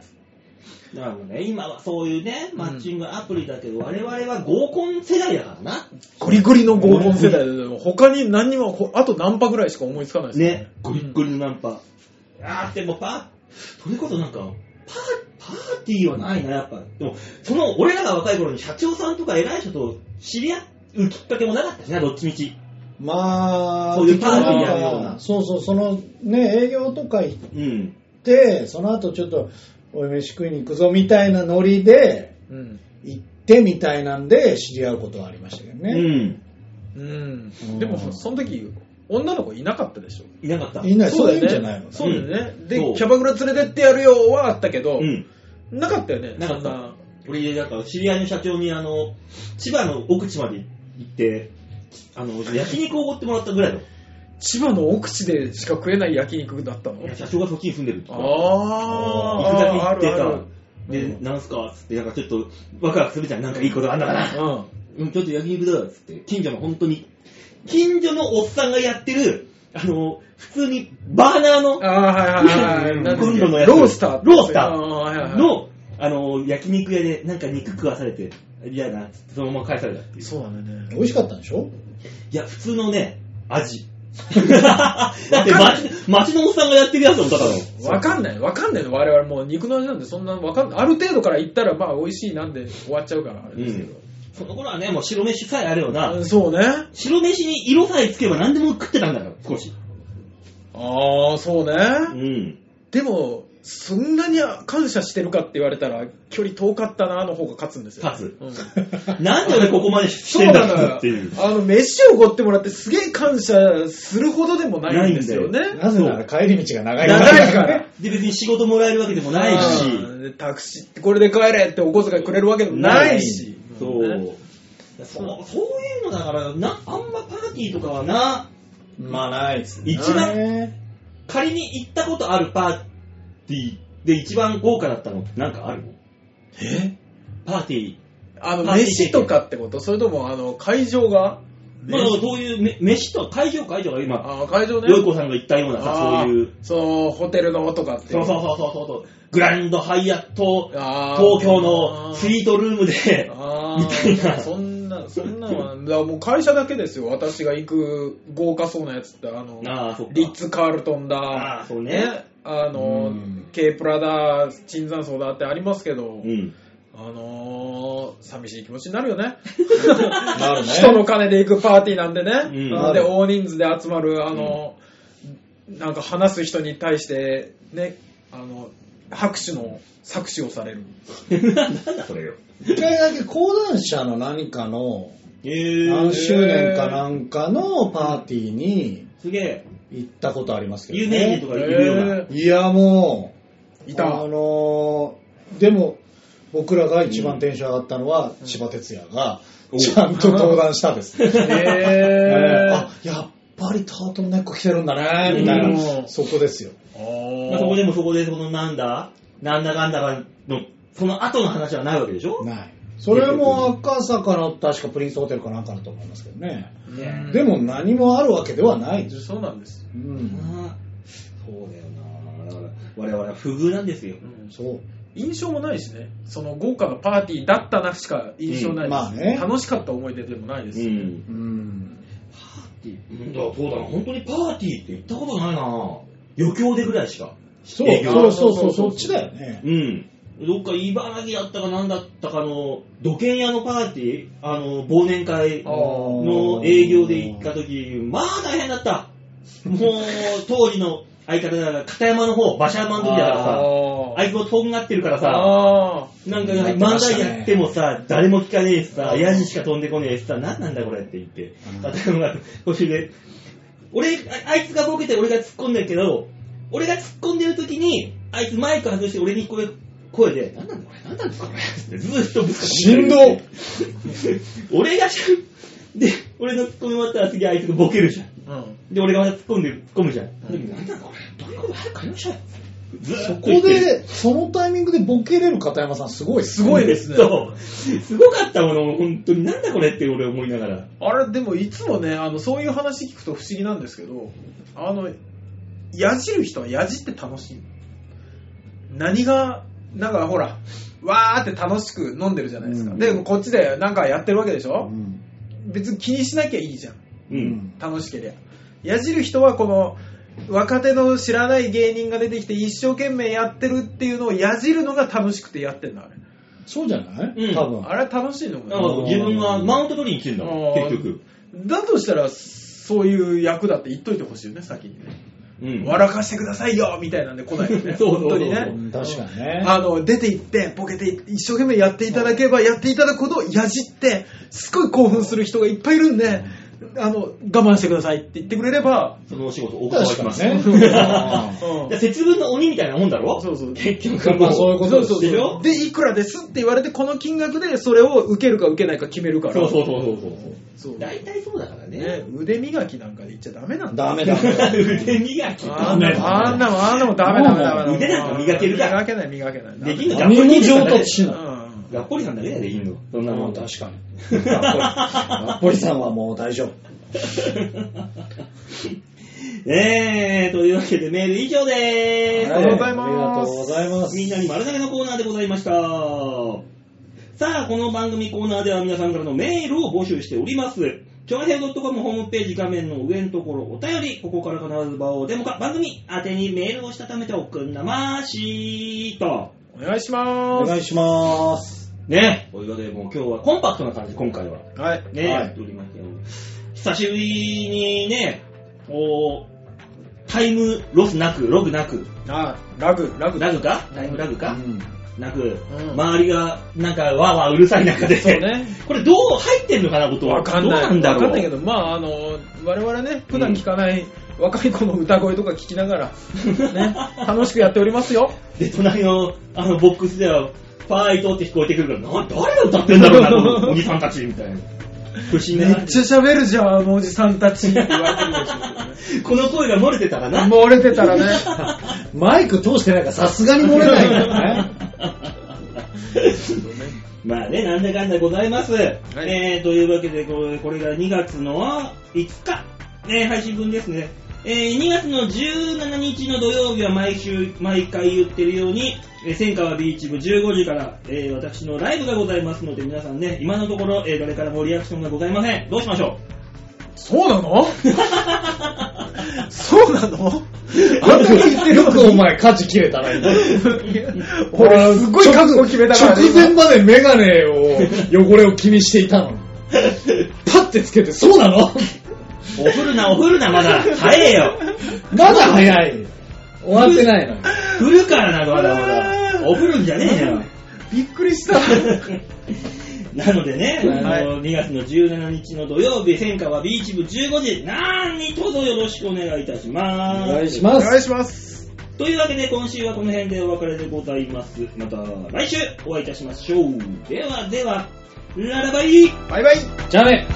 [SPEAKER 2] だからもうね、今はそういうね、マッチングアプリだけど、我々は合コン世代だからな。
[SPEAKER 4] ゴリゴリの合コン世代で、他に何にも、ほあとナンパぐらいしか思いつかないですね。
[SPEAKER 2] ね、ゴリッゴリのナンパ。いやあーってもうパー、それこそなんか、パー、パーティーはないな、やっぱ。でも、その、俺らが若い頃に社長さんとか偉い人と知り合うきっかけもなかったしな、どっちみち。
[SPEAKER 3] まあ、
[SPEAKER 2] そういうパーティーやるような
[SPEAKER 3] そうそう、そのね、営業とか行っ
[SPEAKER 2] うん。
[SPEAKER 3] て、その後ちょっと、おい飯食いに行くぞみたいなノリで、
[SPEAKER 4] うん。
[SPEAKER 3] 行ってみたいなんで知り合うことはありましたけど
[SPEAKER 2] う
[SPEAKER 3] ね。
[SPEAKER 2] ん。
[SPEAKER 4] うん。でも、その時、女の子いなかったでしょ。
[SPEAKER 2] いなかった。
[SPEAKER 3] いない、そうい
[SPEAKER 4] だ
[SPEAKER 3] うんじゃないの
[SPEAKER 4] そうだよね。で、
[SPEAKER 2] そう
[SPEAKER 4] キャバクラ連れてってやるよはあったけど
[SPEAKER 2] う、ん。
[SPEAKER 4] なかったよね。
[SPEAKER 2] なかった
[SPEAKER 4] そんな
[SPEAKER 2] 俺、なんか、知り合いの社長に、あの、千葉の奥地まで行って、あの、焼肉をおごってもらったぐらいの。
[SPEAKER 4] 千葉の奥地でしか食えない焼肉だったの
[SPEAKER 2] いや社長がそっちに住んでるって。行
[SPEAKER 4] あ
[SPEAKER 2] くだけ行って
[SPEAKER 4] あるあ
[SPEAKER 2] た
[SPEAKER 4] る。
[SPEAKER 2] で、なんすかっつって、なんかちょっと、ワクワクするじゃん。なんかいいことあんだかな。
[SPEAKER 4] うん。
[SPEAKER 2] うん、ちょっと焼肉だっつって、近所の本当に、近所のおっさんがやってる、あの、普通にバーナーの、
[SPEAKER 4] ああ、はいはいはい。なんだっけ
[SPEAKER 2] 今度のやつ
[SPEAKER 4] ロースターってやつ
[SPEAKER 2] ロースター
[SPEAKER 4] あはいはいはい
[SPEAKER 2] の、あの、焼肉屋でなんか肉食わされて、嫌だなっつって、そのまま返されたっていう。
[SPEAKER 4] そうなんだよね。
[SPEAKER 3] 美味しかったんでしょ
[SPEAKER 2] いや、普通のね、 味。だって町、町のおっさんがやってるやつの歌だろ。
[SPEAKER 4] わかんない、わかんないの、我々もう肉の味なんでそんなわかんない。ある程度から言ったら、まあ美味しいなんで終わっちゃうから、あれですけど。
[SPEAKER 2] その頃はね、もう白飯さえあれよな。
[SPEAKER 4] そうね。
[SPEAKER 2] 白飯に色さえつけば何でも食ってたんだから、少し。
[SPEAKER 4] ああ、そうね。
[SPEAKER 2] うん。
[SPEAKER 4] でも、そんなに感謝してるかって言われたら、距離遠かったなの方が勝つんですよ。
[SPEAKER 2] 勝つ
[SPEAKER 4] うん
[SPEAKER 2] なんで俺ここまでして
[SPEAKER 4] そうんなの
[SPEAKER 2] だろう
[SPEAKER 4] よ
[SPEAKER 2] っていう。。
[SPEAKER 4] あの、飯をおごってもらってすげえ感謝するほどでもないんですよね。
[SPEAKER 3] なぜなら帰り道が長い
[SPEAKER 4] 長いから。
[SPEAKER 2] で、別に仕事もらえるわけでもないし。
[SPEAKER 4] うんタクシーってこれで帰れってお小遣いくれるわけでもないし。
[SPEAKER 2] そう。
[SPEAKER 4] ね
[SPEAKER 2] そうそういうのだからな、あんまパーティーとかはな、
[SPEAKER 3] まあ、ないです
[SPEAKER 2] ね一番仮に行ったことあるパーティーで一番豪華だったのってなんかあるの
[SPEAKER 4] え
[SPEAKER 2] パーティー。
[SPEAKER 4] あの、飯とかってことそれとも、あの、会場が
[SPEAKER 2] まあ、だからそういうめ、飯と会場会場が今、
[SPEAKER 4] あ会場ね。
[SPEAKER 2] よいこさんが言ったようなさ、
[SPEAKER 4] あー
[SPEAKER 2] そういう、
[SPEAKER 4] そう、ホテルのとかって。
[SPEAKER 2] そうそうそうそうそう、グランドハイアット、
[SPEAKER 4] あー
[SPEAKER 2] 東京のスイートルームで、
[SPEAKER 4] あ
[SPEAKER 2] みたいな
[SPEAKER 4] あ、そんな、そんなのは、だからもう会社だけですよ。私が行く豪華そうなやつって、あの、
[SPEAKER 2] ああ、そっか。
[SPEAKER 4] リッツ・カールトンだ、
[SPEAKER 2] ああ、そうね。
[SPEAKER 4] あ
[SPEAKER 3] う
[SPEAKER 4] の
[SPEAKER 3] ん、
[SPEAKER 4] ケープラだ、椿山荘だってありますけど、
[SPEAKER 2] うん。
[SPEAKER 4] あのー、寂しい気持ちになるよ ね。
[SPEAKER 3] なるね。
[SPEAKER 4] 人の金で行くパーティーなんでね。
[SPEAKER 2] うん
[SPEAKER 4] で、大人数で集まる、あの、なんか話す人に対して、ね、あの、拍手の作詞をされる。
[SPEAKER 2] なんだそれよ。
[SPEAKER 3] 一回だけ講談社の何かの、
[SPEAKER 2] えー
[SPEAKER 3] 何周年かなんかのパーティーに
[SPEAKER 2] すげえ。
[SPEAKER 3] 行ったことありますけど、ね。
[SPEAKER 2] 有名人とかいるような。
[SPEAKER 4] え
[SPEAKER 3] いや、もう、
[SPEAKER 4] いた
[SPEAKER 3] あのーでも、僕らが一番テンション上がったのは、千葉哲也が、
[SPEAKER 2] お
[SPEAKER 3] ちゃんと登壇した です。えー
[SPEAKER 4] へ
[SPEAKER 3] あ、やっぱりタートルネック着てるんだね、みたい
[SPEAKER 4] うん
[SPEAKER 3] な、そこですよ。
[SPEAKER 2] まあ、そこでもそこで、そのなんだ、なんだかんだがの、その後の話はないわけでしょ
[SPEAKER 3] ない。それも赤坂の確かプリンスホテルかなんかだと思いますけどね。
[SPEAKER 2] ね
[SPEAKER 3] でも何もあるわけではないです。
[SPEAKER 4] そうなんです。
[SPEAKER 3] うん。
[SPEAKER 2] なあそうだよな。だから、我々は不遇なんですよ。
[SPEAKER 3] そう。
[SPEAKER 4] 印象もないしね、その豪華なパーティーだったなしか印象な
[SPEAKER 3] うん
[SPEAKER 4] いです、
[SPEAKER 3] まあね
[SPEAKER 4] 楽しかった思い出でもないです。
[SPEAKER 2] ん。
[SPEAKER 3] うん。
[SPEAKER 2] うんだからそうだな、本当にパーティーって行ったことないな。余興でぐらいしか。
[SPEAKER 3] そう
[SPEAKER 2] 営
[SPEAKER 4] 業
[SPEAKER 3] そうそうそう、
[SPEAKER 4] そ
[SPEAKER 3] そう
[SPEAKER 4] そうそう
[SPEAKER 3] っちだよね。
[SPEAKER 2] うん。どっか茨城だったかなんだったかの、土建屋のパーティー、あの、忘年会の営業で行った時、まあ大変だった。もう、当時の相方だから、片山の方、馬車山の時だからさ。あいつもとんがってるからさ、
[SPEAKER 4] あ
[SPEAKER 2] なんか
[SPEAKER 3] やってま
[SPEAKER 2] 漫
[SPEAKER 3] した
[SPEAKER 2] 才
[SPEAKER 3] ね
[SPEAKER 2] やってもさ、誰も聞かねえしさ、ヤジしか飛んでこねえしさ、なんなんだこれって言って、例えば、途中で、俺、ああいつがボケて俺が突っ込んでるけど、俺が突っ込んでる時に、あいつマイク外して俺に声、声で、なんなんだこれ、なんなんですかこれってずーっとぶつかってくる
[SPEAKER 3] 振 動
[SPEAKER 2] 俺がしゃ、で、俺の突っ込み終わったら次あいつがボケるじゃん。
[SPEAKER 4] あ、うん。
[SPEAKER 2] で、俺がまた突っ込んで、突っ込むじゃん。でなんだこれ、どういうこと早く帰りましょうよ。ずー
[SPEAKER 3] そ
[SPEAKER 2] っと
[SPEAKER 3] こ
[SPEAKER 2] 言ってる
[SPEAKER 3] で、そのタイミングでボケれる片山さんすごいす
[SPEAKER 4] すごいですね。
[SPEAKER 2] そう。すごかったもの、本当に。なんだこれって俺思いながら。
[SPEAKER 4] あれ、でもいつもね、あの、そういう話聞くと不思議なんですけど、あの、やじる人はやじって楽しい。何が、なんかほら、わーって楽しく飲んでるじゃないですか。
[SPEAKER 3] うん
[SPEAKER 4] で、こっちでなんかやってるわけでしょ、
[SPEAKER 3] ん。
[SPEAKER 4] 別に気にしなきゃいいじゃん。
[SPEAKER 2] うん。
[SPEAKER 4] 楽しけりゃ。やじる人はこの、若手の知らない芸人が出てきて一生懸命やってるっていうのをやじるのが楽しくてやってんのあれ
[SPEAKER 1] そうじゃない、
[SPEAKER 2] うん
[SPEAKER 1] 多分。
[SPEAKER 4] あれ楽しいのか
[SPEAKER 2] だ
[SPEAKER 4] な
[SPEAKER 2] から自分がマウント取りに来てんだもん、
[SPEAKER 4] あー
[SPEAKER 2] 結局。
[SPEAKER 4] だとしたらそういう役だって言っといてほしいよね先にね、
[SPEAKER 2] うん。
[SPEAKER 4] 笑かしてくださいよみたいなんで来ないよ ね
[SPEAKER 2] そうそうそう
[SPEAKER 4] 本当に
[SPEAKER 2] う
[SPEAKER 4] ね
[SPEAKER 1] うん確かにね。
[SPEAKER 4] あの出て行ってボケて一生懸命やっていただければやっていただくことをやじってすごい興奮する人がいっぱいいるんであの我慢してくださいって言ってくれれば、
[SPEAKER 2] そのお仕事、お断り
[SPEAKER 1] 確
[SPEAKER 2] し
[SPEAKER 1] か
[SPEAKER 2] ます。
[SPEAKER 1] に ね。
[SPEAKER 4] うん
[SPEAKER 2] で節分の鬼みたいなもんだろ
[SPEAKER 4] そうそう
[SPEAKER 2] 結局、
[SPEAKER 1] まあそういうことです
[SPEAKER 2] そうそうそう
[SPEAKER 4] でいくらですって言われてこの金額でそれを受けるか受けないか決めるから
[SPEAKER 2] そうそうそうそうそう
[SPEAKER 4] そう
[SPEAKER 2] 大体そうだからね。
[SPEAKER 4] ね、腕磨きなんかで言っちゃダメなんだ
[SPEAKER 1] ダメだ。
[SPEAKER 2] 腕磨き。
[SPEAKER 4] あんなもあんなもあんなもダメダメダメダメ
[SPEAKER 2] 腕なんか磨けるか
[SPEAKER 4] 磨けない磨けない
[SPEAKER 2] できん
[SPEAKER 4] る
[SPEAKER 2] の
[SPEAKER 1] 何も上達し
[SPEAKER 4] う
[SPEAKER 1] ない。
[SPEAKER 4] ん
[SPEAKER 2] がっこりさんだけだよ、できんの。そんなも
[SPEAKER 1] うんん
[SPEAKER 2] だ。
[SPEAKER 1] 確かに。ナポリさんはもう大丈夫。
[SPEAKER 2] えー、というわけでメール以上でーす。
[SPEAKER 1] は
[SPEAKER 4] ありがとうございます
[SPEAKER 1] ありがとうございます。
[SPEAKER 2] みんなに丸投げのコーナーでございました。さあ、この番組コーナーでは皆さんからのメールを募集しております。ちょうへい .com ホームページ画面の上のところお便り、ここから必ず場をデモか番組宛てにメールをしたためておくんなまーしーと。
[SPEAKER 4] お願いし
[SPEAKER 1] お
[SPEAKER 4] ま
[SPEAKER 1] 願いします。
[SPEAKER 2] ね。ということで、もう今日はコンパクトな感じ、今回は。
[SPEAKER 4] すはい
[SPEAKER 2] ね、
[SPEAKER 1] はい
[SPEAKER 2] やっておりますけども久しぶりにね、おタイムロスなく、ログなく、
[SPEAKER 4] あラグラグ
[SPEAKER 2] ラグかタイムラグ
[SPEAKER 1] う
[SPEAKER 2] か、
[SPEAKER 1] ん
[SPEAKER 2] なく、
[SPEAKER 4] うん
[SPEAKER 2] 周りがなんかわーわーうるさい中で、
[SPEAKER 4] そうね
[SPEAKER 2] これどう入ってんのかな、ことは。
[SPEAKER 4] わかんない
[SPEAKER 2] どうなんだろう。
[SPEAKER 4] わかんないけどまああの我々ね普段聞かない若い子の歌声とか聞きながらね楽しくやっております よ
[SPEAKER 2] で、隣のあのボックスでは、ファイトって聞こえてくるから、な誰が歌ってんだろう な、このおじさんたちみたいな。不審
[SPEAKER 4] め
[SPEAKER 2] な。
[SPEAKER 4] っちゃ喋るじゃんあのおじさんたちって言われてるでしょ
[SPEAKER 2] この声が漏れてたらな。
[SPEAKER 4] 漏れてたらね
[SPEAKER 1] マイク通してないからさすがに漏れないから ね。
[SPEAKER 2] まあね、なんだかんだございます。え
[SPEAKER 4] い
[SPEAKER 2] ーというわけでこれ、これが2月の5日、ね、配信分ですね。えー2月の17日の土曜日は毎週、毎回言ってるように、えー千川 B チーム15時から、えー私のライブがございますので、皆さんね、今のところ、えー誰からもリアクションがございません。どうしましょ
[SPEAKER 4] そうなの そうなのあんだけ言ってる
[SPEAKER 1] よくお前、舵切れたな、今。
[SPEAKER 4] 俺すごい覚悟決めたからね
[SPEAKER 1] 直前までメガネを、汚れを気にしていたのに。パッてつけて、そうなの
[SPEAKER 2] う おふるな、おふるな、まだ。早えよ。
[SPEAKER 1] まだ早い。終わってないのに。
[SPEAKER 2] 振るからな、まだまだ。おふるんじゃねえよ。
[SPEAKER 4] びっくり した
[SPEAKER 2] なのでね、
[SPEAKER 1] はい
[SPEAKER 2] あの2月の17日の土曜日、戦火はビーチ部15時、何とぞよろしくお願いいたします。
[SPEAKER 1] お願いしま
[SPEAKER 4] お
[SPEAKER 1] す。
[SPEAKER 4] 願いします
[SPEAKER 2] というわけで、今週はこの辺でお別れでございます。また来週お会いいたしましょう。ではでは、ララバイ
[SPEAKER 4] バイバイ
[SPEAKER 1] じゃあね。